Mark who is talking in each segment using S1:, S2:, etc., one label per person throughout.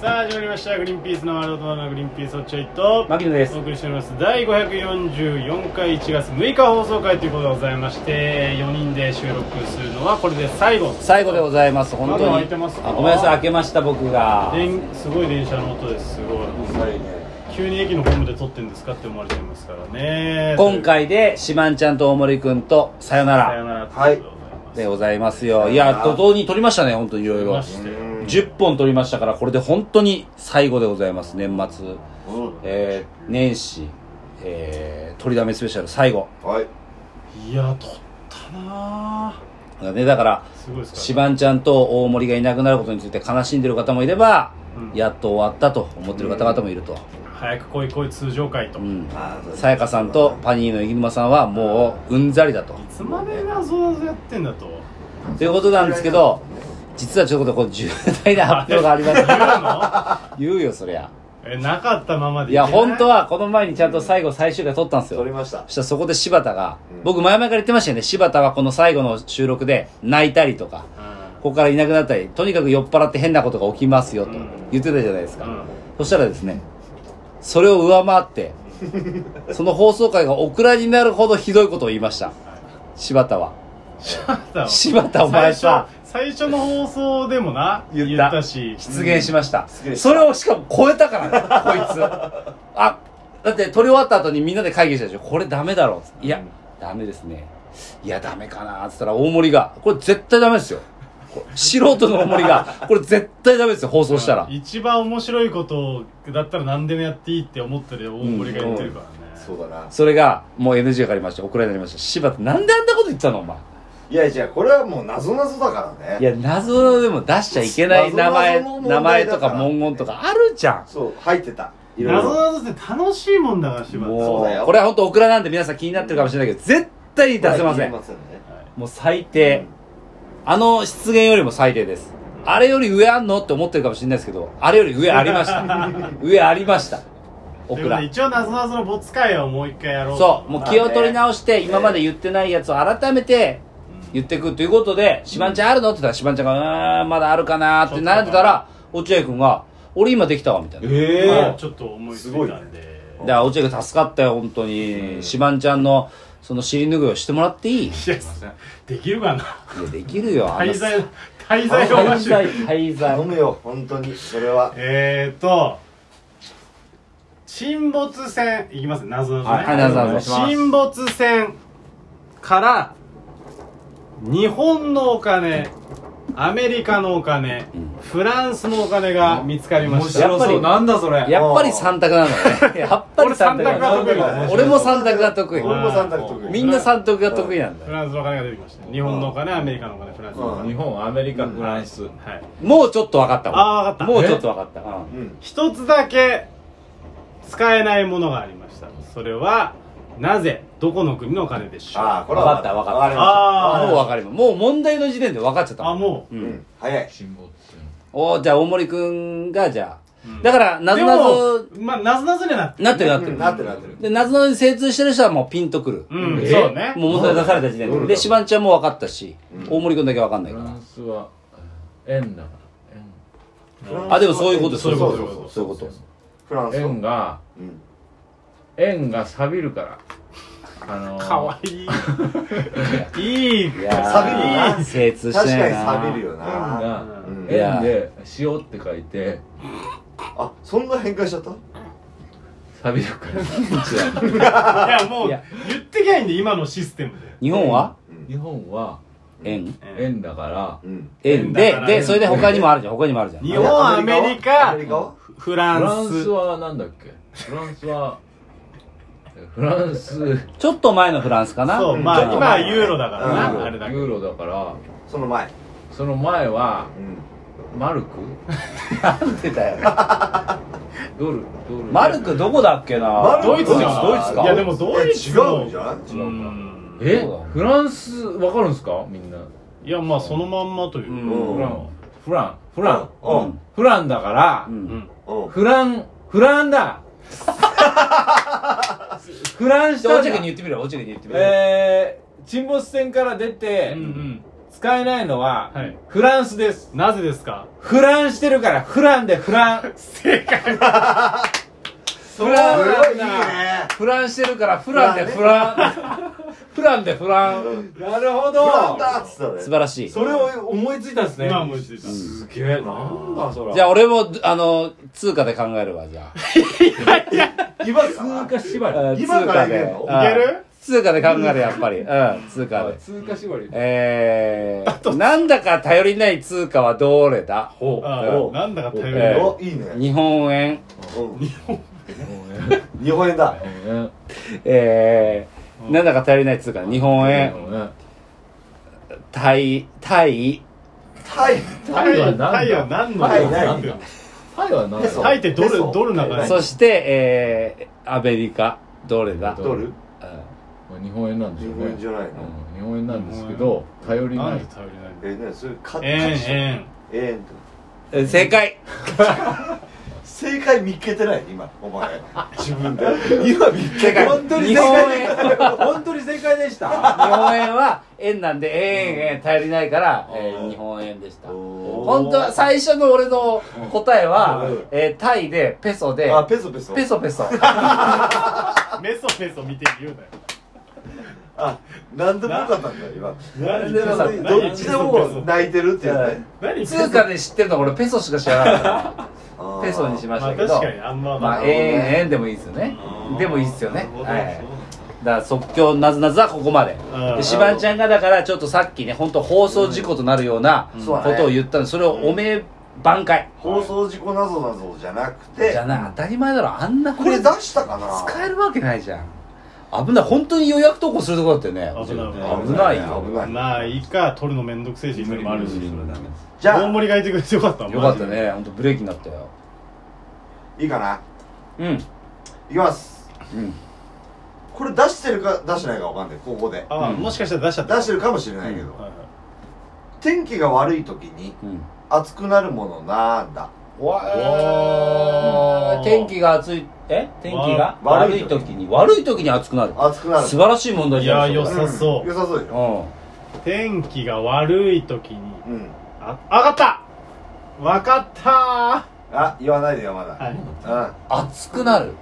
S1: さあ始まりました「グリーンピースのワールドドアのグリーンピースおっちょい」と
S2: 牧野です
S1: お送りしております第544回1月6日放送回ということでございまして4人で収録するのはこれで最後
S2: 最後でございます本当
S1: 窓
S2: に
S1: 開いてますか
S2: あごめんなさい開けました僕が
S1: でんすごい電車の音ですすごい急に駅のホームで撮ってんですかって思われちゃいますからね
S2: 今回でシマンちゃんと大森くんとさよな
S1: さよ
S2: ら
S1: なら
S3: はい
S1: とうことで
S2: で
S1: ござい
S2: ございますよいや怒涛に撮りましたね本当にいろいろ
S1: ますして
S2: 10本撮りましたからこれで本当に最後でございます年末、
S3: うん
S2: えー年始、えー、取りだめスペシャル最後
S3: はい
S1: いや撮ったなあ
S2: ねだから
S1: すごいですか
S2: シバンちゃんと大森がいなくなることについて悲しんでる方もいれば、
S1: うん
S2: やっと終わったと思ってる方々もいると、
S1: 早く来い来い通常回と、
S2: う
S1: い
S2: ん
S3: あー
S2: さやかさんとパニーの生沼さんはもううんざりだと
S1: つまでなぞなぞやってんだと
S2: ということなんですけど実はちょっとこう重大な発表があります
S1: 言うの
S2: 言うよそりゃ
S1: えなかったままで
S2: いや本当
S1: は
S2: はこの前にちゃんと最後最終回撮ったんです
S3: 撮り
S2: よ
S3: ました
S2: そしたらそこで柴田が、
S3: うん
S2: 僕前々から言ってましたよね柴田はこの最後の収録で泣いたりとかここからいなくなったりとにかく酔っ払って変なことが起きますよと
S1: うん
S2: 言ってたじゃないです
S1: う
S2: か、
S1: ん、うん
S2: そしたらですねそれを上回ってその放送回がオクラになるほどひどいことを言いました柴田は柴田お前さ
S1: 最初最初の放送でもな
S2: 言った
S1: し
S2: 出現しました、
S3: 出現し
S2: それをしかも超えたからねこいつあだって撮り終わった後にみんなで会議したでしょこれダメだろいや、
S3: うん
S2: ダメですねいやダメかなっつったら大森がこれ絶対ダメですよこれ素人の大森がこれ絶対ダメですよ放送したら
S1: 一番面白いことだったら何でもやっていいって思ってる大森が言ってるからね、
S3: そうだな
S2: それがもう NG がかかりました怒られになりました柴田なんであんなこと言ってたのお前
S3: いやいやこれはもう謎謎だから
S2: い
S3: ね
S2: や謎でも出しちゃいけない名前
S3: 謎々の問題
S2: 名前と
S3: だ
S2: か
S3: から
S2: 文言とかあるじゃ
S3: そう入ってたいろい
S1: 謎
S3: ろ
S1: 々って楽しいもんだから
S2: ん
S1: 柴田
S2: も
S3: そうだ
S2: う
S3: よ
S2: これは本当オクラなんで皆さん気になってるかもしれないけど絶対に出せません
S3: 言えませんね
S2: もう最低、あの出現よりも最低ですあれより上あんのって思ってるかもしれないですけどあれより上ありました 上ありましたオ
S1: というこ
S2: ク
S1: と
S2: ラ
S1: で一応謎々の没会をもう一回やろう
S2: そうもう気を取り直して
S3: ね
S2: 今まで言ってないやつを改めて言っていくということで「シマンちゃんあるの?」って言ったらシマンちゃんが「うーんまだあるかな」って悩んでたら落合君が「俺今できたわ」みたいなだか
S1: え
S3: え
S1: ー
S3: え
S1: ちょっと思いついたんで、
S2: ら落合君助かったよ本当にシマンちゃんのその尻拭いをしてもらっていいい
S1: いやできるかな
S2: やできるよあんな
S1: 滞在滞在を
S2: 滞
S1: 待
S2: 在
S1: ち
S2: 滞在
S3: 頼むよ本当にそれは
S1: えーと沈没船いきます謎々ね、
S2: はい謎々お願いします
S1: 沈没船から日本のお金アメリカのお金、フランスのお金が見つかりま
S4: 面
S1: した
S4: 白そうなんだそれ
S2: やっぱり三択なんだねやっぱり三択なんだ
S1: 俺三択が
S3: 得意
S2: 俺も三択が得意
S3: 俺も三択得意
S2: みんな三択が得意なん
S1: フ
S2: だ
S1: ランスのお金が出てきました日本のお金アメリカのお金フランスのお金
S4: 日本アメリカフランス
S1: はい
S2: もうちょっと分かったわ
S1: あー分かった
S2: もうちょっと分かったう
S3: うんん
S1: 一つだけ使えないものがありましたそれはなぜどこの国のお金でしょう
S3: ああこれは
S2: わかったわか
S3: わ
S2: った
S3: りま
S1: あー
S2: もう分かりますもう問題の時点で分かっちゃった
S1: あもう
S2: う
S3: したうんん早い
S4: 辛抱って
S2: おーじゃあ大森くんがじゃ
S1: うん
S2: あだからなぞなぞ
S1: でもまあなぞなぞにはなって
S2: なってるなって
S3: うん
S2: る
S3: なってるなってる
S2: でなぞなぞに精通してる人はもうピンとくる
S1: うん、
S4: え
S1: そうね
S2: もう元で出された時点
S3: う
S2: で
S3: ん
S2: でシバンちゃんも分かったし
S3: うん
S2: 大森くんだけ分かんない
S4: フ
S2: か
S4: ラ
S2: ら
S4: ンスは円だから
S2: あでもそういうこと
S1: そういうこと
S3: そうそうそう
S2: そういうこと
S3: フランス
S4: 円円が
S3: うん
S4: 円が錆びるからあ の
S1: かわいいいい
S2: いやー
S3: 錆びるよな
S2: 精通
S3: 確
S2: してな
S3: か
S2: い
S3: に
S2: な
S3: 錆びるよ
S4: 円
S3: な
S4: が
S3: うん
S2: いや
S4: 円で塩って書いて
S3: あそんな変換しちゃった
S4: 錆びるから
S1: いやもう
S2: いや
S1: 言ってきゃいいんで今のシステムで
S2: 日本は
S4: 日本は
S2: 円
S4: 円だから
S3: うん
S2: 円
S1: 円だ
S2: で
S1: から
S2: でそれで他にもあるじゃん他にもあるじゃん
S1: 日本アメリカ
S3: アメリカは
S1: フ
S4: フ
S1: ラ
S4: ラ
S1: ン
S4: ンス
S1: ス
S4: はなんだっけフランスはフランスユ
S2: ちょっと前のフランスかな
S1: そうまあ
S2: うん
S1: 今はユーロだからな、
S3: うん
S1: あれだけ
S4: ーロだから
S3: その前
S4: その前は
S3: うん
S4: マルク
S2: なんでだよ
S4: ドルドル
S2: マルクどこだっけな
S1: ドイツじゃん
S2: ドイツか
S1: いやでもドイツ
S3: え
S1: も
S3: 違うんじゃん
S1: う
S3: 違うか
S1: ん
S4: え
S2: そうだ
S4: フランスわかるんすかみんない
S1: やまあそのまんまという、
S2: うん
S4: フランフランフラン
S3: うん
S2: うん
S4: フランだから、
S2: うん
S1: うん
S3: うん
S4: フランフランだフランし
S2: じゃあ
S4: た
S2: お
S4: ん
S2: ちゃ
S4: だ
S2: くに言ってみろおちゃくに言ってみろ
S4: えー、沈没船から出て、
S1: うんうん
S5: 使えないのは、
S1: はい
S5: フランスです。
S1: なぜですか
S5: フランしてるから、フランでフラン。
S1: 正解
S5: フラ
S3: す
S5: ン
S3: ごいいい
S5: なんだ
S3: ね
S2: フランしてるからフランでフランフランでフラン
S5: なるほ
S3: フラ
S5: ど
S3: ン。だっつったね
S2: 素晴らしい
S5: それを思いついたんですね。
S1: 今思いついた
S5: すげえ、なんだそれ。
S2: じゃあ俺もあの通貨で考えるわじゃ
S5: 今通貨縛り。
S2: あ
S3: 今からいけるの
S2: 通貨で
S1: いける
S2: うん通貨で考えるやっぱりうん通 貨
S5: あ
S2: で
S5: 通貨縛り。
S2: えー、なんだか頼りない通貨はどれだ
S5: ほう。
S1: あー
S2: お
S1: なんだか頼り
S2: え
S1: ない
S2: ー
S3: おいいね
S2: 日本円
S3: うん日本円だ
S4: ね
S2: えー、なんだか頼りない通貨日本円
S4: ね
S2: タイタイ
S3: タイ
S1: タイは何だ
S4: タ
S1: タ
S4: イ
S1: イ
S4: は
S1: は何
S4: 何
S1: の
S4: だ
S3: タイない
S4: んだタイは何だ
S3: ペソ
S1: タイってド
S3: ペ
S1: ル
S3: ソ
S1: ドルな感じ
S2: そして、えー、アメリカどれだ
S3: ドル
S2: うん
S4: まあ日本円なんでしょうね
S3: 日本円じゃないの
S4: うん日本円なんですけど頼り
S1: な
S4: なんい
S1: で頼りないの
S3: えねそれか
S1: え
S3: 勝ち
S1: んえん
S3: えーんと
S2: え正解
S3: 正解見っけてない今お前自分で今見っけて
S5: 本当に
S2: 日
S5: 正
S2: 本
S5: 解。
S2: 円
S5: 本当に正解でした。
S2: 日本円は円なんで円円頼りないから、えー
S3: おー
S2: 日本円でした
S3: おー
S2: 本当は最初の俺の答えは、えータイでペソで
S3: あペソペソ
S2: ペソペソ
S1: メソメソ見て言うなよ
S3: あなんでもよかったんだ今
S1: 何
S2: でも
S1: 何
S3: どっちでも泣いてるっていうね
S1: 何
S2: 通貨で知ってるの俺ペソしか知らなかっ
S3: あ
S2: た
S3: ー
S2: ペソにしましたけ
S1: ま
S2: ど
S1: あ確かにあんま
S2: ま
S1: ま
S2: あ
S1: あ
S2: 円円でもいいですよねでもいいですよね
S3: なるほど
S2: はいだから即興なずなずはここまで
S1: うん
S2: でしばんちゃんがだからちょっとさっきね本当放送事故となるような
S3: うん
S2: ことを言ったのそれをおめえ挽回
S3: 放送事故なぞなぞじゃなく
S2: じ
S3: て
S2: ゃない当たり前だろあんな
S3: これ出したかな
S2: 使えるわけないじゃん危ない本当に予約投稿するとこだったよね
S1: 危ない
S2: 危ないよ
S3: 危ない
S1: まあいいか取るのめんどくせえしそれもあるし
S2: うん
S3: じゃ
S1: 大
S3: あ
S1: 盛りがいてくれてよかった
S2: よかった
S1: マジで
S2: ね本当ブレーキになったよ
S3: いいかな
S2: うんうん
S3: いきますこれ出してるか出してないかわかんないここで
S1: あ
S2: うん
S1: もしかしたら出しちゃっ
S3: 出
S1: た
S3: してるかもしれないけ
S1: はい
S3: ど
S1: はい
S3: 天気が悪い時に
S2: うん
S3: 暑くなるものなんだ
S2: わ
S1: おー
S2: 天気が暑いえ天気が
S3: わ
S2: 悪い時に悪い時に暑くなる
S3: 暑くなる
S2: 素晴らしい問題じゃない
S1: いや
S2: それ
S1: 良さそう
S3: うん良さそうでしょ
S2: う
S1: 天気が悪い時に
S3: うん
S1: あ上がったわかった
S3: あ言わないでよまだ
S1: はい
S3: うん
S2: ん暑くなる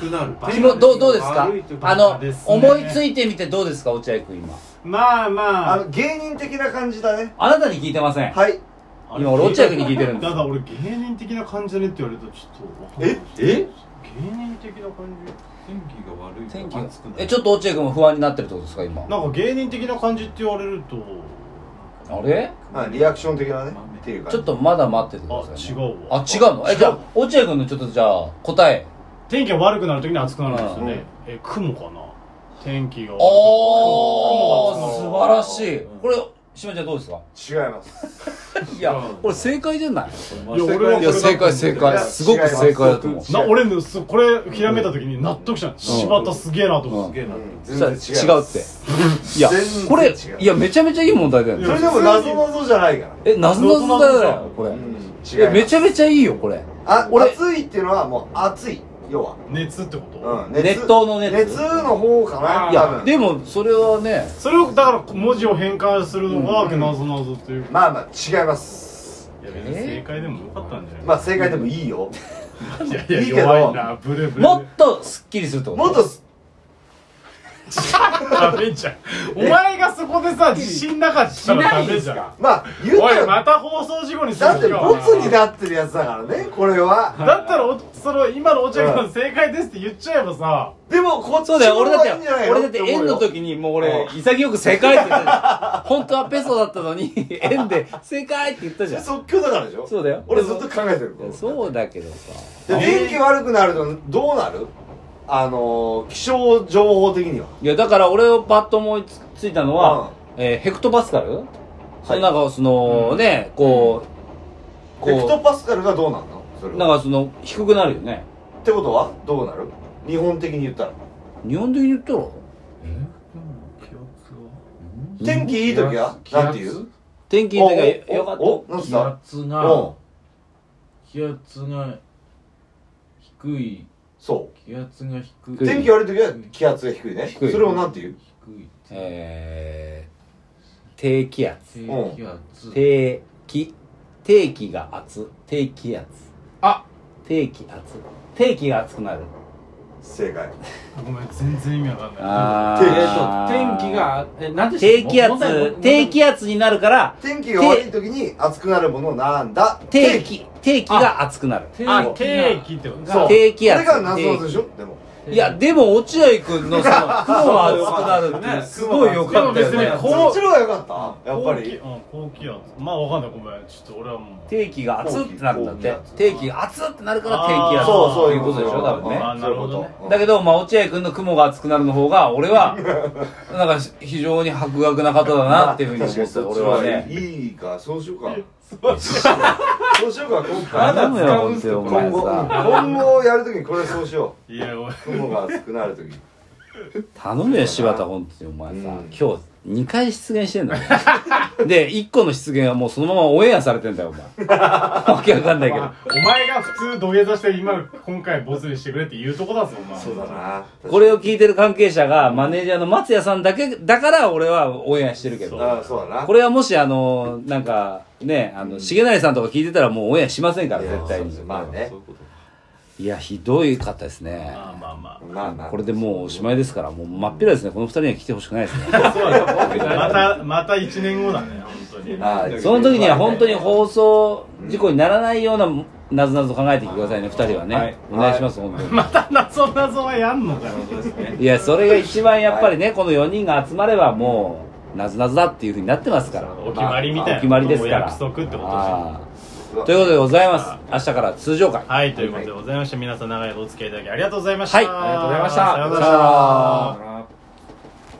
S5: くなる
S2: 気もどうどうですか
S5: 悪い時
S2: あの
S1: ですね
S2: 思いついてみてどうですか落合君今
S1: まあま
S3: あ
S1: あ
S3: の芸人的な感じだね
S2: あなたに聞いてません
S3: はい
S2: 今俺落合君に聞いてるんです
S1: ただ俺芸人的な感じだねって言われるとちょっとわかんない
S3: ええ
S1: 芸人的な感じ
S4: 天気が悪い
S2: 天気がえちょっと落合君も不安になってるってことですか今
S1: なんか芸人的な感じって言われると
S2: あれ
S3: うんリアクション的なねっていうか
S2: ちょっとまだ待っててくだ
S1: あ
S2: さい、
S1: 違
S2: ね、
S1: うわ
S2: あ違うのえじゃあ落合君のちょっとじゃあ答え
S1: 天気が悪くなる時に暑くなるんですよねえ雲かな天気が悪く
S2: おー
S1: 雲
S2: 素
S1: が
S2: 晴らしいこれ島ちゃんどうですか
S3: 違います
S2: いやこれ正解じゃない
S1: いや俺はこ
S2: い
S1: れ
S2: や正解正解すごく正解だと思う
S1: な俺ねそうこれひらめいた時に納得したの柴田すげえなと思って
S4: げえな
S3: うん
S2: そ
S3: 全
S2: したら
S3: 然違いま
S2: 違
S3: す
S2: うっていや
S3: 全然違う
S2: これいやめちゃめちゃいい問題だよ
S3: そ
S2: ね
S3: れでも謎謎じゃないから
S2: え謎のだよこれ
S3: うん違
S2: え
S3: い
S2: め
S3: ます
S2: ちゃめちゃいいよこれ
S3: あ
S2: 俺
S3: 暑いっていうのはもう暑い要は
S1: 熱ってこと、
S3: うん
S2: 熱湯の熱
S3: 熱の方かない
S2: やでもそれはね
S1: それをだから文字を変換するのがなぞなぞっていう、
S3: まあまあ違います
S1: いや別に正解でもよかったんじゃない、
S3: まあ正解でもいいよ
S1: いや
S3: いいけど
S1: 弱いなブレブレ
S2: もっとすっきりするってこと
S3: もっとす
S1: ダメじゃんお前がそこでさ自信なかったらダメじゃん
S3: まあ言う
S1: お
S3: た
S1: い
S3: ら
S1: また放送事故にする
S3: だって
S1: 気は
S3: ボツになってるやつだからねこれは
S1: だったらおその今のお茶が正解ですって言っちゃえばさ
S3: でもこっち
S2: そ
S3: の
S2: うだよ、
S3: 方
S2: 俺だっ
S3: が
S2: て
S3: いいんじゃない、の
S2: 俺だって
S3: 思うよ
S2: 円の時にもう俺
S3: う、
S2: 潔く正解って言ったじゃん。本当はペソだったのに、円で正解って言ったじゃん。
S3: 即興だからでしょ
S2: そうだよ
S3: 俺ずっと考えてる
S2: いや
S3: で
S2: そうだけどさ。
S3: 天気悪くなるとどうなるあのー気象情報的にはい
S2: や、だから俺をパッと思いついたのは、えーヘクトパスカルそのなんかその、ね、こう、
S3: ヘクト
S2: こ
S3: パスカルがどうなるのそれ
S2: う、
S3: は
S2: なんかその、低くなるよね。
S3: ってことはどうなる日本的に言ったら
S2: 日本的に言ったら、
S3: 天気いい時は
S4: 気圧
S3: なんていう
S2: 天気の時がよかっ
S3: おおなんつっ
S4: 気
S3: た
S4: 圧
S3: うん
S4: が気圧が低い
S3: そ
S4: 気圧が低いう
S3: 天気悪い時は気圧が低いね
S2: 低い
S3: それをなんていう
S4: 低い
S2: た。え低気圧
S4: 低気圧
S2: 低気低気が圧低気圧
S1: あ
S2: 低気圧低気が熱くなる
S3: 正解
S1: ごめん全然意味わかんない
S2: あ
S3: ー
S4: えーと天気がえなんで
S2: 低気
S4: 問題問
S2: 圧
S4: 題
S2: 低気圧になるから
S3: 天気が悪い時に熱くなるものなんだ
S2: 低気低気が熱くなる
S4: 低
S1: あ定期ってことね
S4: そう
S2: 低
S3: こ
S2: 気
S3: れ
S2: 圧
S3: が謎々でしょでも
S4: 低
S2: いやでも落合君 のその雲が熱くなるってすごい良かった
S1: でも
S2: よ
S1: 別
S2: ね
S1: に
S3: こっちの方が良かったやっぱ
S1: 高気
S3: り
S1: うん高気圧まあわかんないごめんちょっと俺はもう
S2: 定期が熱ってなるんだって
S3: 低
S2: 定
S3: 気
S2: 期が熱ってなるから定気
S1: あー
S2: 圧
S3: そうそう
S2: っていうことでしょ多分ね
S1: あーなるほどね
S2: だけど、まあ、落合君の雲が厚くなるの方が、俺 は、なんか、非常に博学な方だなっていうふうに思って、俺はね。
S3: いいかそうしようか
S1: そうしよ
S3: そうしようか今
S2: あ
S3: 回
S2: 頼むよ、本当にお
S3: 今
S2: 前
S3: 後
S2: さ。
S3: 今後やるときにこれそうしよ
S1: ういや俺
S3: う雲が熱くなるとき
S2: 頼むよ、柴田、本当にお前さ。
S3: うん
S2: 今日、2回出現してんだよ。で、1個の出現はもうそのままオンエアされてんだよ、お 前。わけわかんないけど。
S1: お前が普通土下座して今今回ボツにしてくれって言うとこだぞお前
S3: そうだな
S2: これを聞いてる関係者が、マネージャーの松屋さんだけ、だから俺はオンエアしてるけど。
S3: あそうだな
S2: これはもしあのなんかねあの重成さんとか聞いてたらもうオンエアしませんから
S3: いや
S2: 絶対
S3: そう
S2: に
S3: まあね
S2: いやひどい方ですね
S1: まあまあま
S3: まあまあ
S2: これでもうおしまいですからもう真っ平ですねこの二人には来てほしくないですね
S1: あそうだまたまた1年後だね本当に
S3: ああ
S2: その時には本当に放送事故にならないようななぞなぞ考えてきてくださいね二人はね、
S5: はい
S2: お願いします、本当に
S1: また謎謎はやんのかよ
S2: いやそれが一番やっぱりね、この4人が集まればもうなぞなぞだっていうふうになってますから
S1: お決まりみたいな
S2: お決まりですから
S1: お約束ってことでしょ
S2: あーということでございます明日から通常会
S1: はいということでございまして皆さん長い間お付き合いいただきありがとうございました
S2: はい
S1: あ
S2: ありがとうご
S5: ざいました
S1: さような
S2: さようなら
S1: ら
S5: あら